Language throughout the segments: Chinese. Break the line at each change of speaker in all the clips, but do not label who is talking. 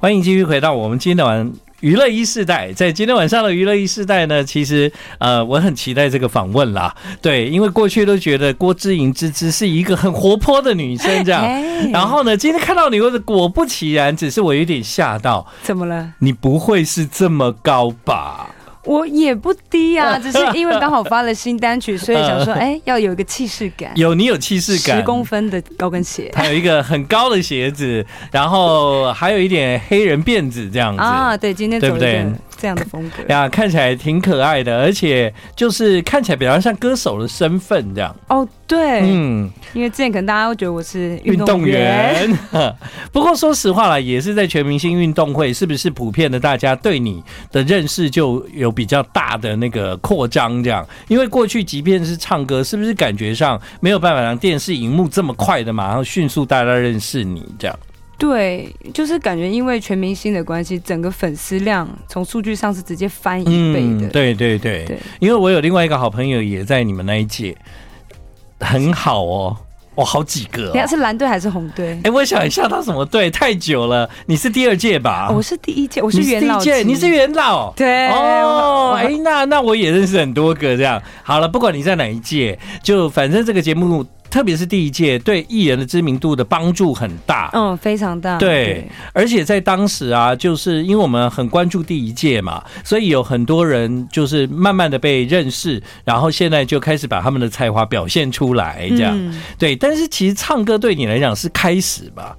欢迎继续回到我们今天晚娱乐一世代，在今天晚上的娱乐一世代呢，其实呃，我很期待这个访问啦。对，因为过去都觉得郭志颖芝芝是一个很活泼的女生这样，
哎
然后呢，今天看到你，我果不其然，只是我有点吓到，
怎么了？
你不会是这么高吧？
我也不低
呃
啊，只是因为刚好发了新 单曲，所以想说，哎，要有一个气势感，
有，你有气势感，
十公分的高跟鞋
还有一个很高的鞋 子，然后还有一点黑人辫子这样子。
啊，对，今天走
对不
一
对
个这样的风格。
呀，看起来挺可爱的，而且就是看起来比较像歌手的身份这样。
哦，对，
嗯，
因为之前可能大家会觉得我是
运
运
动
动员，
员。 不过说实话啦，也是在全明星运动会，是不是普遍的大家对你的认识就有比较大的那个扩张？这样，因为过去即便是唱歌，是不是感觉上没有办法让电视荧幕这么快的马上迅速大家认识你这样？
对，就是感觉因为全明星的关系，整个粉丝量从数据上是直接翻一倍的。
对嗯对对。
嗯对，
因为我有另外一个好朋友也在你们那一届，很好哦，哇，好几个、
你看
哦。
是蓝队还是红队
哎、？我想一下，他什么队？太久了，你是第二届吧？
哦我是第一届，我
我
是元老级，
啊你是元老。
对
哦，
我
哎、那那我也认识很多个这样。好了，不管你在哪一届，就反正这个节目，特别是第一届，对艺人的知名度的帮助很大。
嗯，非常大。
对，而且在当时啊，就是因为我们很关注第一届嘛，所以有很多人就是慢慢的被认识，然后现在就开始把他们的才华表现出来，这样、
嗯
对。但是其实唱歌对你来讲是开始吧？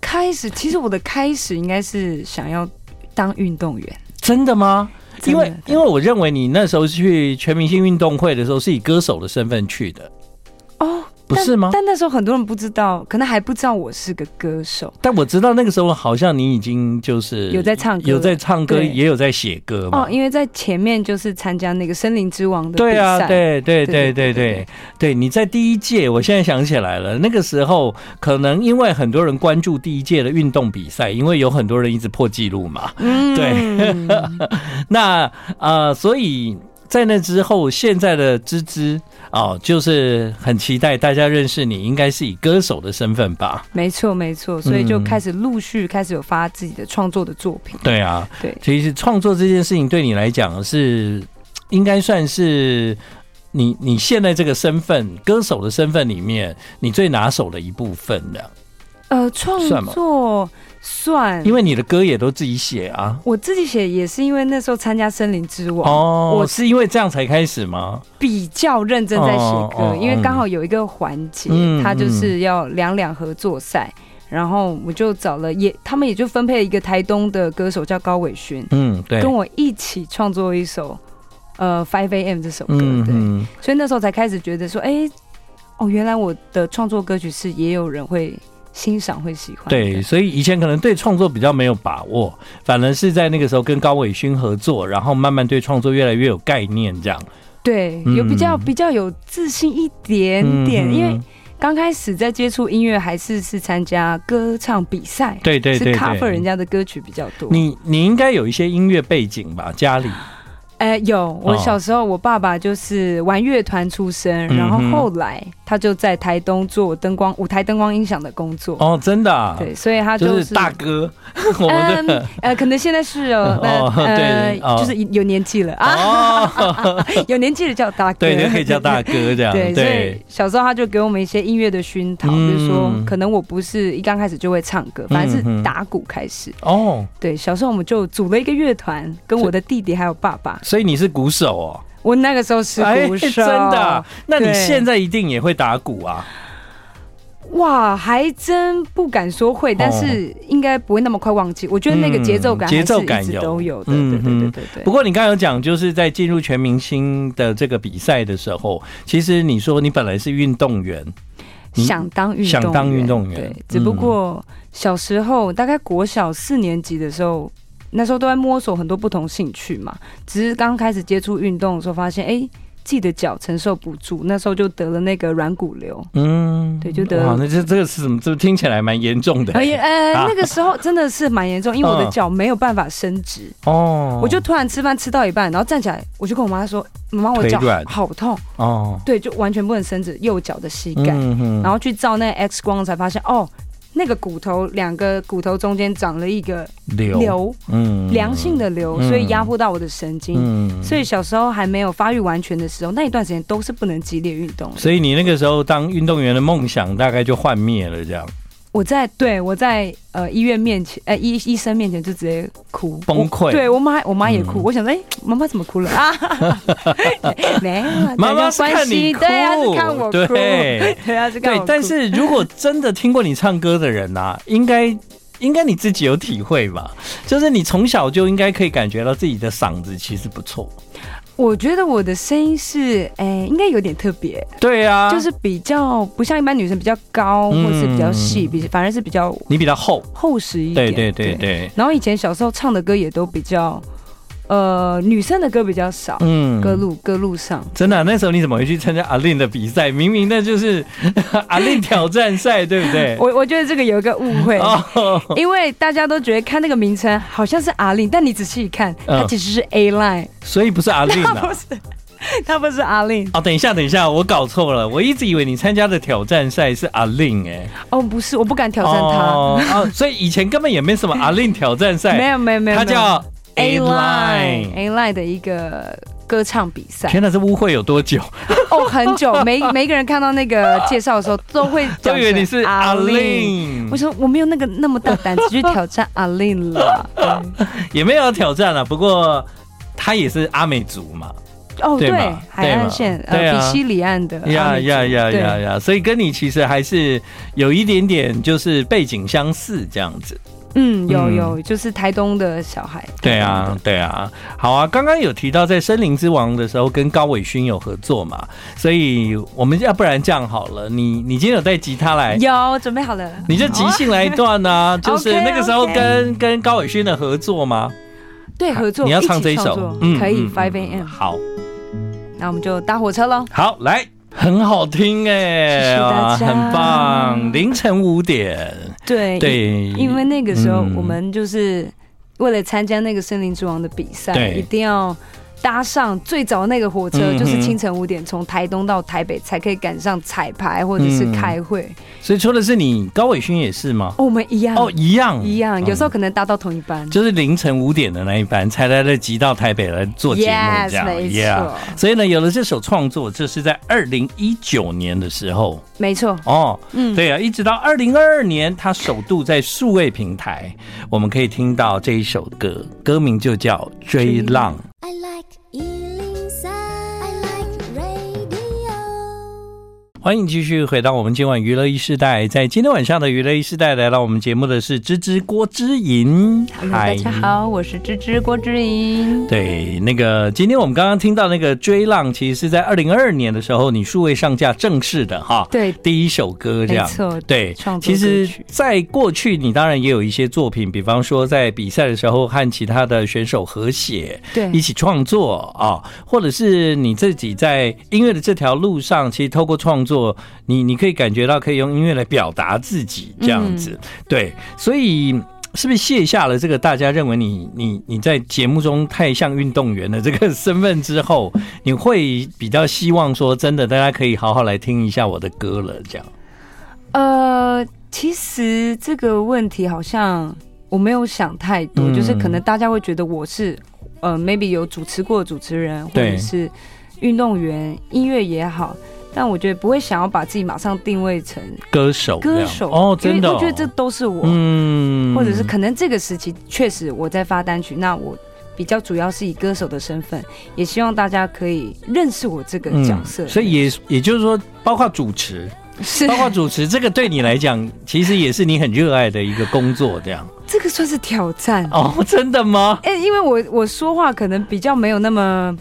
开始，其实我的开始应该是想要当运动员，
真的吗？因为
真的
因为我认为你那时候去全明星运动会的时候是以歌手的身份去的，
哦，
不是吗
但？但那时候很多人不知道，可能还不知道我是个歌手。
但我知道那个时候好像你已经就是
有在唱歌
呃有在唱歌，
对
也有在写歌嘛。
哦，因为在前面就是参加那个森林之王的比
对啊，
赛，
对对对对
对对
对对，你在第一届，我现在想起来了，那个时候可能因为很多人关注第一届的运动比赛，因为有很多人一直破纪录嘛。
嗯
对那呃，所以在那之后，现在的芝芝哦，就是很期待大家认识你，应该是以歌手的身份吧？
没错没错，所以就开始陆续开始有发自己的创作的作品。
对啊，
对
其实创作这件事情对你来讲是应该算是。你你现在这个身份，歌手的身份里面，你最拿手的一部分的，
呃，创
算吗
作算，
因为你的歌也都自己写啊。
我自己写也是因为那时候参加森林之王，
哦，
我
是因为这样才开始吗？
比较认真在写歌，
哦哦
因为刚好有一个环节，
嗯
它就是要两两合作赛。然后我就找了也，他们也就分配了一个台东的歌手叫高伟勋，
嗯，对，
跟我一起创作一首呃《Five A.M.》这首歌，
嗯
对，
嗯，
所以那时候才开始觉得说，哎，哦，原来我的创作歌曲是也有人会欣赏、会喜欢的。
对，所以以前可能对创作比较没有把握，反而是在那个时候跟高伟勋合作，然后慢慢对创作越来越有概念，这样。
对，
嗯
有比较比较有自信一点点，
嗯
因为刚开始在接触音乐还是是参加歌唱比赛，
对对对
是 cover 人
对，
家的歌曲比较多。
你你应该有一些音乐背景吧？家 里
哎，有我小时候，我爸爸就是玩乐团出身，然后
哦嗯哼
后来他就在台东做灯光舞台灯光音响的工作。
哦，真的、啊，
对，所以他
就是是大哥，我们的。
呃，可能现在是哦，
哦
那呃
对哦
就是有年纪了啊，
哦，
有年纪的叫大哥，
对，就可以叫大哥这样。
对，所以
啊对，
小时候他就给我们一些音乐的熏陶，
嗯
就是说，可能我不是一刚开始就会唱歌，反正
嗯嗯
是打鼓开始。
哦，
对，小时候我们就组了一个乐团，跟我的弟弟还有爸爸。
所以你是鼓手哦，哎
我那个时候是鼓手，
真的啊、那你
对
现在一定也会打鼓啊？
哇，还真不敢说会，但是应该不会那么快忘记。我觉得那个节奏感
哦嗯节奏感
还是一直都有的，
有嗯
对对对对对
不过你刚刚有讲，就是在进入全明星的这个比赛的时候，其实你说你本来是运动员，你
想当运动员，
想当运动员
对
嗯，
只不过小时候大概国小四年级的时候，那时候都在摸索很多不同兴趣嘛。只是刚开始接触运动的时候，发现哎、诶自己的脚承受不住，那时候就得了那个软骨 瘤。
嗯，
对就得
哇，那这这个是什么？这听起来蛮严重的、
哎呀，呃，
啊
那个时候真的是蛮严重，因为我的
嗯
脚没有办法伸直，
哦，
我就突然吃饭吃到一半，然后站起来，我就跟我妈说：“妈妈，我
腿
脚
软
好痛。
哦”
对，就完全不能伸直右脚的膝盖。
嗯哼
然后去照那个 X 光才发现，哦，那个骨头两个骨头中间长了一个
流，
瘤，
嗯
良性，的瘤，
嗯
所以压迫到我的神经。
嗯
所以小时候还没有发育完全的时候，那一段时间都是不能激烈运动的。
所以你那个时候当运动员的梦想大概就幻灭了，这样
我在对我在呃医院面前，呃医医生面前就直接哭
崩溃
我对我妈，我妈也哭。
嗯
我想说，哎、妈妈怎么哭了 啊？没有啊，
妈妈
大家
是
关
看你
系，
哭
对啊，是看我哭，
对
对啊，是看
对
我哭。。
但是如果真的听过你唱歌的人啊，应该。应该你自己有体会吧，就是你从小就应该可以感觉到自己的嗓子其实不错。
我觉得我的声音是，哎、应该有点特别，
对啊，
就是比较不像一般女生比较高，
嗯
或者是比较细，比反而是比较
你比较厚。
厚实一
对
点。
对对对，
然后以前小时候唱的歌也都比较，呃，女生的歌比较少，
嗯，
歌路歌路上。
真的啊、那时候你怎么会去参加阿令的比赛？明明那就是 阿令挑战赛，对不对？
我我觉得这个有一个误会，
哦，
因为大家都觉得看那个名称好像是阿令，但你仔细一看，
嗯
它其实是 A Line，
所以不是阿令
它
啊
不。是，它不是阿令。
哦，等一下，等一下，我搞错了，我一直以为你参加的挑战赛是阿令哎、
哦，不是，我不敢挑战它。
哦哦，所以以前根本也没什么阿令挑战
没
赛，
有没有没有，
它
没有
叫
A
A
Line
Line。
A Line 的一个歌唱比赛。
天哪，啊这误会有多久？
哦，很久，每每一个人看到那个介绍的时候都会
都
讲
以为你
成
是阿
令。
令
我，说我没有那个那么大胆子去挑战阿 令了。对
也没有挑战了、啊不过他也是阿美族嘛。
哦，
对
对
嘛，
海
对嘛
岸线
对
呃
啊
比西里岸的阿
呀
美族
呀呀
对
呀呀！所以跟你其实还是有一点点就是背景相似这样子。
嗯，有
嗯
有，就是台东的小孩。
对啊，对啊，好啊！刚刚有提到在《森林之王》的时候跟高伟勋有合作嘛，所以我们要不然这样好了，你你今天有带吉他来
台东，的，有准备好了。
你就即兴来一段 啊，就是那个时候跟跟高伟勋的合作吗？
对，合作
你要
一起
唱这一
创
首嗯
作，可以 Five A.M.，
好，
那我们就搭火车喽。
好来。很好听哎、
谢谢大家
很棒！凌晨五点，
对，
对，
因为那个时候
嗯
我们就是为了参加那个森林之王的比赛，
对
一定要。搭上最早那个火车，
嗯哼
就是清晨五点从台东到台北，才可以赶上彩排或者是开会。
所以除了是你，高伟勋也是吗？
哦，我们一样，
嗯哦，一样
一样，有时候
嗯
可能搭到同一班。
就是凌晨五点的那一班才来得及到台北来做节目，这
yes，
样
没错
Yeah 所以呢，有了这首创作，这是在二零一九年的时候
没错，
哦，
嗯，
对啊，一直到二零二二年，他首度在数位平台，我们可以听到这一首歌，歌名就叫《追浪》。
I like Ealing Sound. I like radio.
欢迎继续回到我们今晚娱乐一世代，在今天晚上的娱乐一世代，来到我们节目的是芝芝郭之莹，
Hello，大家好，我是芝芝郭之莹。
对，那个今天我们刚刚听到那个《追浪》，其实是在二零二二年的时候，你数位上架正式的哈，
对，
第一首歌这
没
样。
错，
对
创，作
其实
歌曲，
在过去，你当然也有一些作品，比方说在比赛的时候和其他的选手合写，
对
一起创作啊、或者是你自己在音乐的这条路上，其实透过创作，你你可以感觉到可以用音乐来表达自己这样子，
嗯
对，所以。是不是卸下了这个大家认为你你你在节目中太像运动员的这个身份之后，你会比较希望说真的大家可以好好来听一下我的歌了，这样？
呃，其实这个问题好像我没有想太多，
嗯
就是可能大家会觉得我是呃，maybe 有主持过的主持人，或者
对
是运动员、音乐也好。但我觉得不会想要把自己马上定位成
歌手这样，
歌手
哦，真的哦、
因为我觉得这都是我，
嗯
或者是可能这个时期确实我在发单曲，那我比较主要是以歌手的身份，也希望大家可以认识我这个角色。
嗯所哦以也也就是说，包括主持，
是
包括主持，这个对你来讲，其实也是你很热爱的一个工作，这样
这个算是挑战
哦， 真的吗？
哎、因为我我说话可能比较没有那么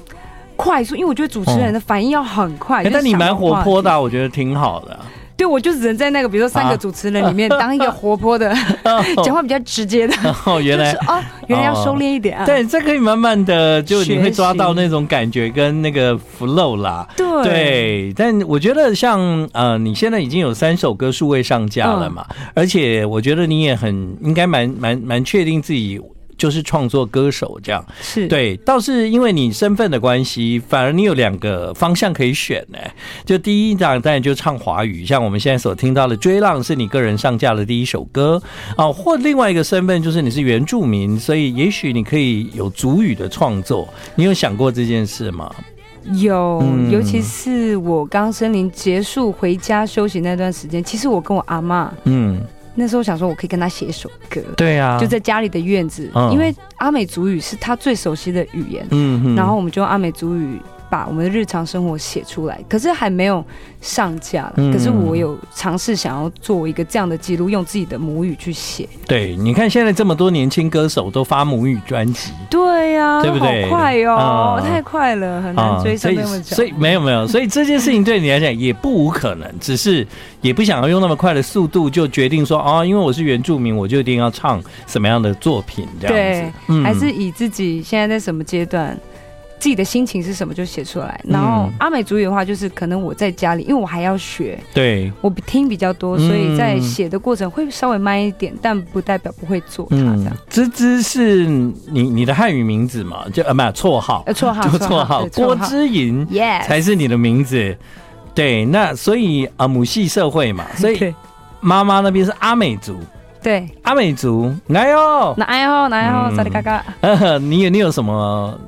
快速，因为我觉得主持人的反应要很快。
哦哎
就是
但你
想到
蛮活泼的
话
啊、我觉得挺好的 啊、
题。对，我就只能在那个比如说三个主持人里面当一个活泼 的， 讲话比较直接的。
哦，原来
就。是哦，原来要收敛一点啊。
对，这可以慢慢的，就你会抓到
学习
那种感觉跟那个 flow 啦。
对
对，但我觉得像呃，你现在已经有三首歌
嗯
数位上架了嘛，而且我觉得你也很应该蛮蛮蛮确定自己。就是创作歌手这样。
是，
对，倒是因为你身份的关系，反而你有两个方向可以选呢、就第一档当然就唱华语，像我们现在所听到的《追浪》是你个人上架的第一首歌啊，或另外一个身份就是你是原住民，所以也许你可以有族语的创作。你有想过这件事吗？
有，
嗯
尤其是我刚森林结束回家休息那段时间，其实我跟我阿妈
嗯，
那时候想说，我可以跟她写一首歌，
对啊，
就在家里的院子，
嗯
因为阿美族语是她最熟悉的语言，
嗯哼
然后我们就用阿美族语把我们的日常生活写出来，可是还没有上架了。
嗯
可是我有尝试想要做一个这样的记录，用自己的母语去写。
对，你看现在这么多年轻歌手都发母语专辑。
对呀、
对不对
好快哦，
嗯
太快了，很难追
啊所
上
以
那么久。
所以没有没有，所以这件事情对你来讲也不无可能，只是也不想要用那么快的速度就决定说哦，因为我是原住民，我就一定要唱什么样的作品这样
对
子。，嗯
还是以自己现在在什么阶段。自己的心情是什么就写出来，然后
嗯
阿美族语的话，就是可能我在家里，因为我还要学，
对，
我听比较多，
嗯
所以在写的过程会稍微慢一点，但不代表不会做它这
嗯
样。，
芝芝是你你的汉语名字嘛？就呃，不，绰号，
呃，绰号，
就绰号，
对
郭之莹
耶
才是你的名字。对，那所以啊，母系社会嘛，所以
对
妈妈那边是阿美族，
对，
阿美族，哎呦，
那爱好，那爱好，
嗯
萨利嘎嘎，
呃， 你有你有什么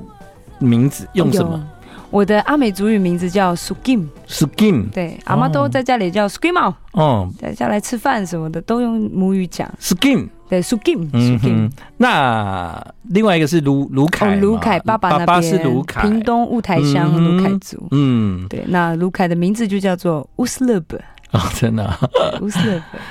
名字？用什么
哦有？啊我的阿美族语名字叫 Sukim，
？skin
对，阿妈都在家里叫 Sukimo，
哦
在家来吃饭什么的都用母语讲，
，skin，
对，Sukim，
嗯
Sukim
哼。。那另外一个是卢卢凯
哦
嘛，，
卢凯爸爸那边，
爸是卢凯，
屏东雾台乡
嗯
卢凯族。
嗯，
对，那卢凯的名字就叫做 Uslub，Uslub，
哦，真的啊、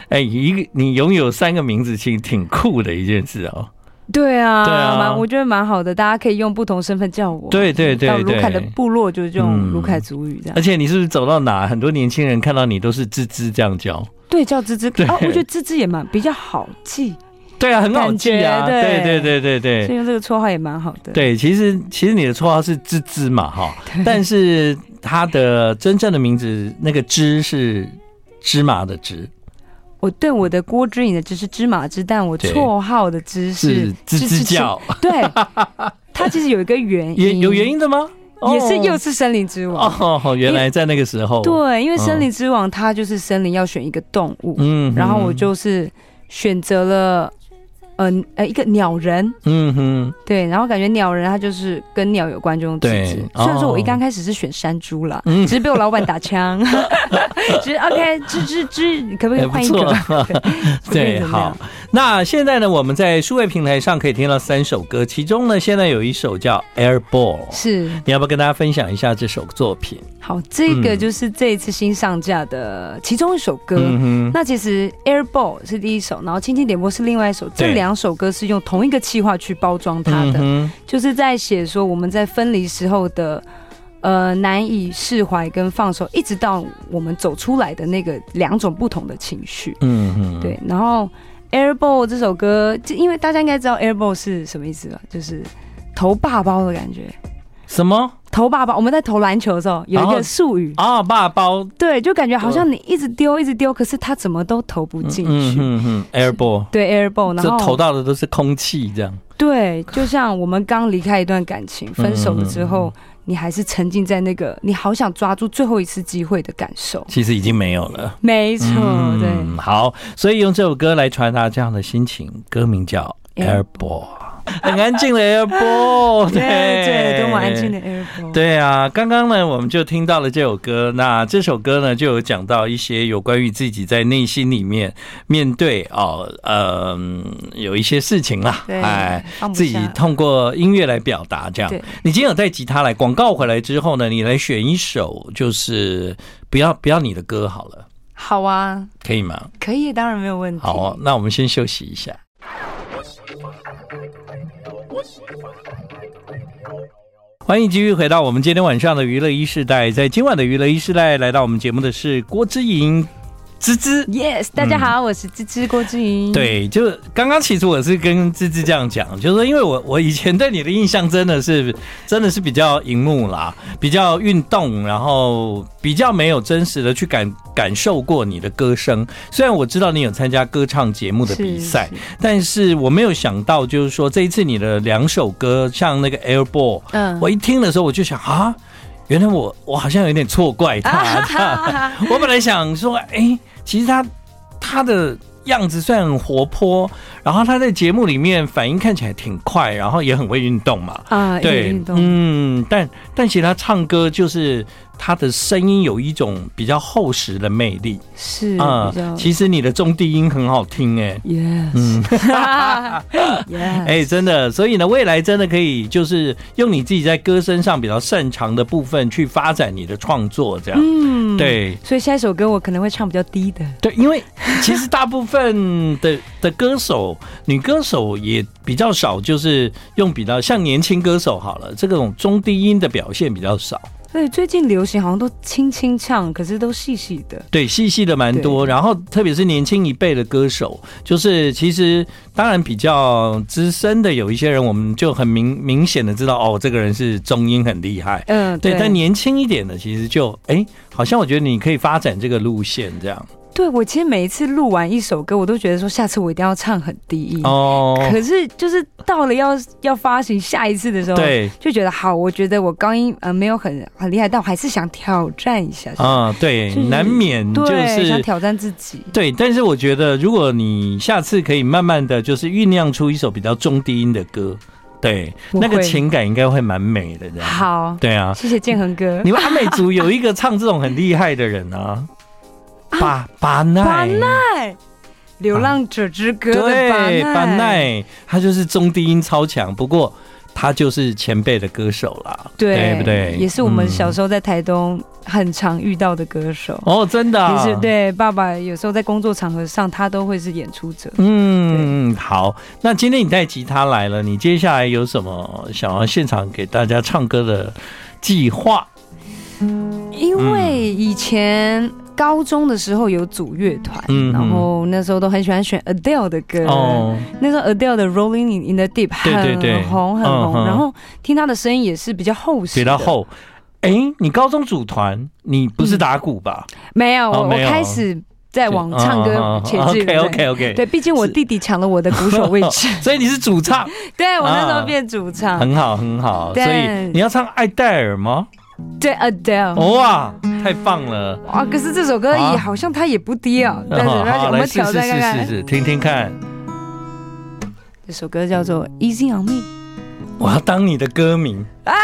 哎、一个你拥有三个名字，其实挺酷的一件事哦。
对啊，
对啊
蛮我觉得蛮好的，大家可以用不同身份叫我。
对对对
到卢凯的
对
部落就是用
嗯
卢凯族语这样
而。且你是不是走到哪，很多年轻人看到你都是芝芝这样叫？
对，叫芝芝
对
哦，我觉得芝芝也蛮比较好记，
对啊，很好记啊。
感觉
对
对
对对对对
所以用这个绰号也蛮好的。
对，其实其实你的绰号是芝芝嘛，哈， 但是他的真正的名字那个芝是芝麻的芝，
我对我的郭之颖的芝是芝麻芝，但我
对
绰号的芝
是吱吱。叫，
对，它其实有一个原
也
因，
有原因的吗？
嗯也是又
哦
是森林之王。
哦，原来在那个时候，，
对，因为
嗯
森林之王它就是森林要选一个动物，
嗯哼
然后我，就是选择了，嗯呃一个鸟人，
嗯哼，
对，然后感觉鸟人它就是跟鸟有关就用自
对
己。
哦
虽然说我一刚开始是选山猪啦，
嗯
只是被我老板 打枪，只是 OK，吱吱吱，你可不可以
哎不
换一
错
个？
对，好。那现在呢，我们在数位平台上可以听到三首歌，其中呢，现在有一首叫《Airball》，
是
你要不要跟大家分享一下这首作品？
好，这个
嗯
就是这一次新上架的其中一首歌。
嗯哼，
那其实《Airball》是第一首，然后《轻轻点播》是另外一首，
对
这两首歌是用同一个企划去包装它的，
嗯哼
就是在写说我们在分离时候的呃难以释怀跟放手，一直到我们走出来的那个两种不同的情绪。
嗯哼，
对，然后《Airball》这首歌，就因为大家应该知道《Airball》是什么意思吧？就是投爸包的感觉。
什么？
投爸包，我们在投篮球的时候有一
然后
个术语，
啊，爸包
对，就感觉好像你一直丢，一直丢，可是它怎么都投不进去。
嗯嗯，airball，
对 airball，然
这
后
投到的都是空气，这样。
对，就像我们刚离开一段感情，
嗯
分手了之后，你还是沉浸在那个你好想抓住最后一次机会的感受。
其实已经没有了。
没错，
嗯，好，所以用这首歌来传达这样的心情，歌名叫《Airball》，很安静的 Airball，
对对对，多么安静
的。
的 airball。
对啊，刚刚呢，我们就听到了这首歌。那这首歌呢，就有讲到一些有关于自己在内心里面面对哦，嗯、有一些事情啦，哎
对，放不
自己
下
通过音乐来表达，这样
对。
你今天有带吉他来，广告回来之后呢，你来选一首，就是不要不要你的歌好了，
好啊，
可以吗？
可以，当然没有问题。
好、哦，那我们先休息一下。欢迎继续回到我们今天晚上的娱乐一世代，在今晚的娱乐一世代，来到我们节目的是郭之莹。芝芝。
Yes，大家好，我是芝芝郭志莹。，
嗯对，就刚刚其实我是跟芝芝这样讲，就是说，因为我我以前对你的印象真的是真的是比较荧幕啦，比较运动，然后比较没有真实的去感感受过你的歌声。虽然我知道你有参加歌唱节目的比赛，
是，
但是我没有想到，就是说这一次你的两首歌，像那个 Airball，
嗯
我一听的时候我就想啊，原来我我好像有点错怪他。
嗯
我本来想说，哎、其实他他的样子虽然很活泼，然后他在节目里面反应看起来挺快，然后也很会运动嘛。
啊，
对
运，动，
嗯，但但其实他唱歌就是他的声音有一种比较厚实的魅力
是
啊、
比较
其实你的中低音很好听 哎、嗯
Yes，Yes，
哎、真的，所以呢，未来真的可以就是用你自己在歌声上比较擅长的部分去发展你的创作，这样、
嗯，。
对。
所以下一首歌我可能会唱比较低的，
对，因为其实大部分的的歌手，女歌手也比较少，就是用比较像年轻歌手好了，这种中低音的表现比较少。
对，最近流行好像都轻轻唱，可是都细细的，
对，细细的蛮多，然后特别是年轻一辈的歌手，就是其实当然比较资深的有一些人，我们就很明明显的知道哦，这个人是中音很厉害。
嗯，
对，但
你
年轻一点的其实就哎、好像我觉得你可以发展这个路线这样
对我其实每一次录完一首歌，我都觉得说下次我一定要唱很低音，
哦。
可是就是到了要要发行下一次的时候，，
对
就觉得好，我觉得我高音呃没有很很厉害，但我还是想挑战一下，
啊、对，
就是
难免就
对，想
是
挑战自己，
对，但是我觉得，如果你下次可以慢慢的就是酝酿出一首比较中低音的歌，对，
我
那个
会
情感应该会蛮美的，这样。
好，
对啊，
谢谢建恒哥，
你们阿美族有一个唱这种很厉害的人啊，巴巴
巴
奈，
奈，流浪者之歌的巴
对，巴
奈，
奈，他就是中低音超强，不过他就是前辈的歌手啦，对不对？
也是我们小
嗯
时候在台东很常遇到的歌手。
哦，真的、啊，
也是对爸爸，有时候在工作场合上，他都会是演出者。
嗯，好。那今天你带吉他来了，你接下来有什么想要现场给大家唱歌的计划？
因为以前高中的时候有组乐团，
嗯
然后那时候都很喜欢选 Adele 的歌。
哦，
那时候 Adele 的 Rolling in in the Deep
对
很
对对
红很
嗯
红，
哼
然后听他的声音也是比较厚实，
比较。厚。哎、你高中组团，你不是打鼓吧？
没有，
哦
我我
没有
开始在往唱歌前进。
哦 OK
对
OK OK，
对，毕竟我
是
弟弟抢了我的鼓手位置，
所以你是主唱，
对我那时
啊
候变主唱。
很好很好。所
对
以你要唱艾黛尔吗？
对 Adele，
哦哇，太棒了！
啊，可是这首歌
啊嗯
也好像它也不低啊，但是
好
而且
好
我
来
们
试
挑
试
战看
试
看
试。试，听听看。
这首歌叫做《Easy on Me》，
我要当你的歌迷啊！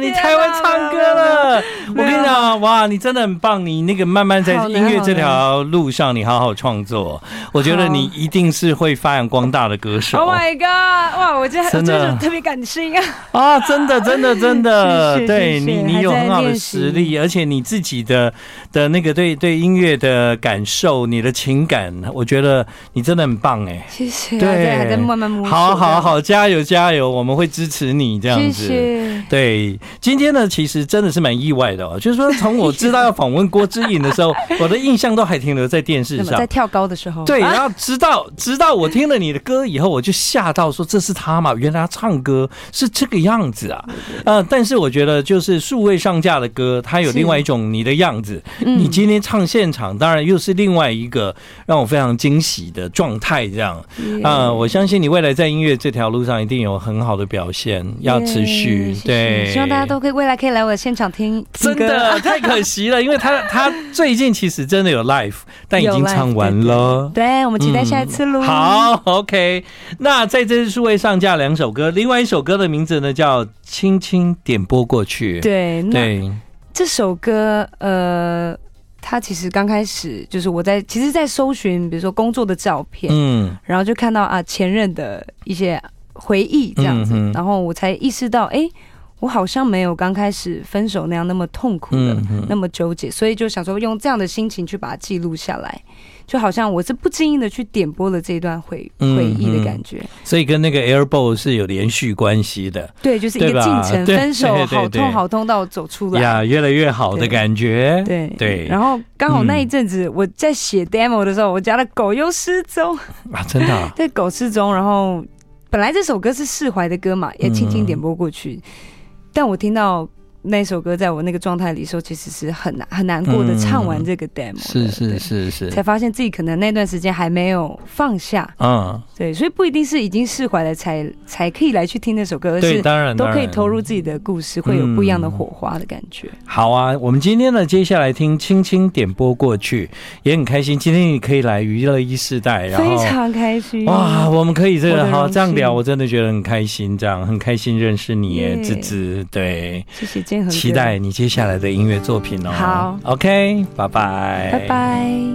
你太会唱歌了，我
没有
跟你讲，哇，你真的很棒，你那个慢慢在
好难
音乐这条路上，你好好创作，我觉得你一定是会发扬光大的歌手
Oh my god！哇，我这
真
真
的
的特别感性啊。
啊！真的，真的，真的
谢，谢
对
谢谢
你，
还
你有
在
很好的
练习
实力，而且你自己的的那个对对音乐的感受，你的情感，我觉得你真的很棒哎。
谢谢，啊
对
还在还在慢慢摸索。
好好，好，加油加油，我们会支持你这样
谢
子。
谢。
对，今天呢，其实真的是蛮意外的哦。就是说，从我知道要访问郭之颖的时候，我的印象都还停留在电视
那么在
上。
跳高的时 候，
对，
啊
然后直到直到我听了你的歌以后，我就吓到说这是他嘛，原来他唱歌是这个样子啊。
嗯
呃，但是我觉得就是数位上架的歌，它有
是
另外一种你的样子。
嗯
你今天唱现场，当然又是另外一个让我非常惊喜的状态，这样。啊、我相信你未来在音乐这条路上一定有很好的表现，要持续
耶。谢谢
对，
希望大家都可以未来可以来我的现场听。
真
听歌
的太可惜了，因为他 他最近其实真的有 live，但已
有
经
live，
唱完了。
对，我们期待下一次喽。，
嗯好，OK。那在这次数位上架两首歌，另外一首歌的名字呢叫《轻轻点播过去》。
对，那
对，
这首歌，呃，它其实刚开始就是我在，其实，在搜寻，比如说工作的照片，
嗯，
然后就看到啊前任的一些回忆这样子，
嗯哼
然后我才意识到，哎、我好像没有刚开始分手那样那么痛苦了，
嗯
那么纠结，所以就想说用这样的心情去把它记录下来，就好像我是不经意的去点播了这一段回
嗯
回忆的感觉。
所以跟那个 Airbow 是有连续关系的
对，就是一
对
个
吧
进程，
对
分手
对对
好
对
痛好痛到走出来。
呀，越来越好的
对
感觉。
对
对
然后刚好那一阵子我在写 demo 的时候，我家的狗又失踪，
啊，真的 啊
对，狗失踪。然后本来这首歌是释怀的歌
嗯
嘛，也轻轻点播过去，但我听到那首歌在我那个状态里的时候，其实是很难很难过的
嗯
唱完这个 demo 的、
是
对
是是是
才，发现自己可能那段时间还没有放下，
嗯，
对，所以不一定是已经释怀了才才可以来去听那首歌，而
对，
是
当然
都可以
当然
投入自己的故事，会有不一样的火花的感觉。
好啊，我们今天呢，接下来听青青点播过去，也很开心。今天你可以来娱乐一世代，然
非
后
常开心
哇，！我们可以这
我
个
的
好
荣
这样聊，
幸
我真的觉得很开心，这样很开心认识你耶，
耶
芝芝，对，
谢谢建恒哥，
期待你接下来的音乐作品哦。
好
，OK，拜拜，
拜拜。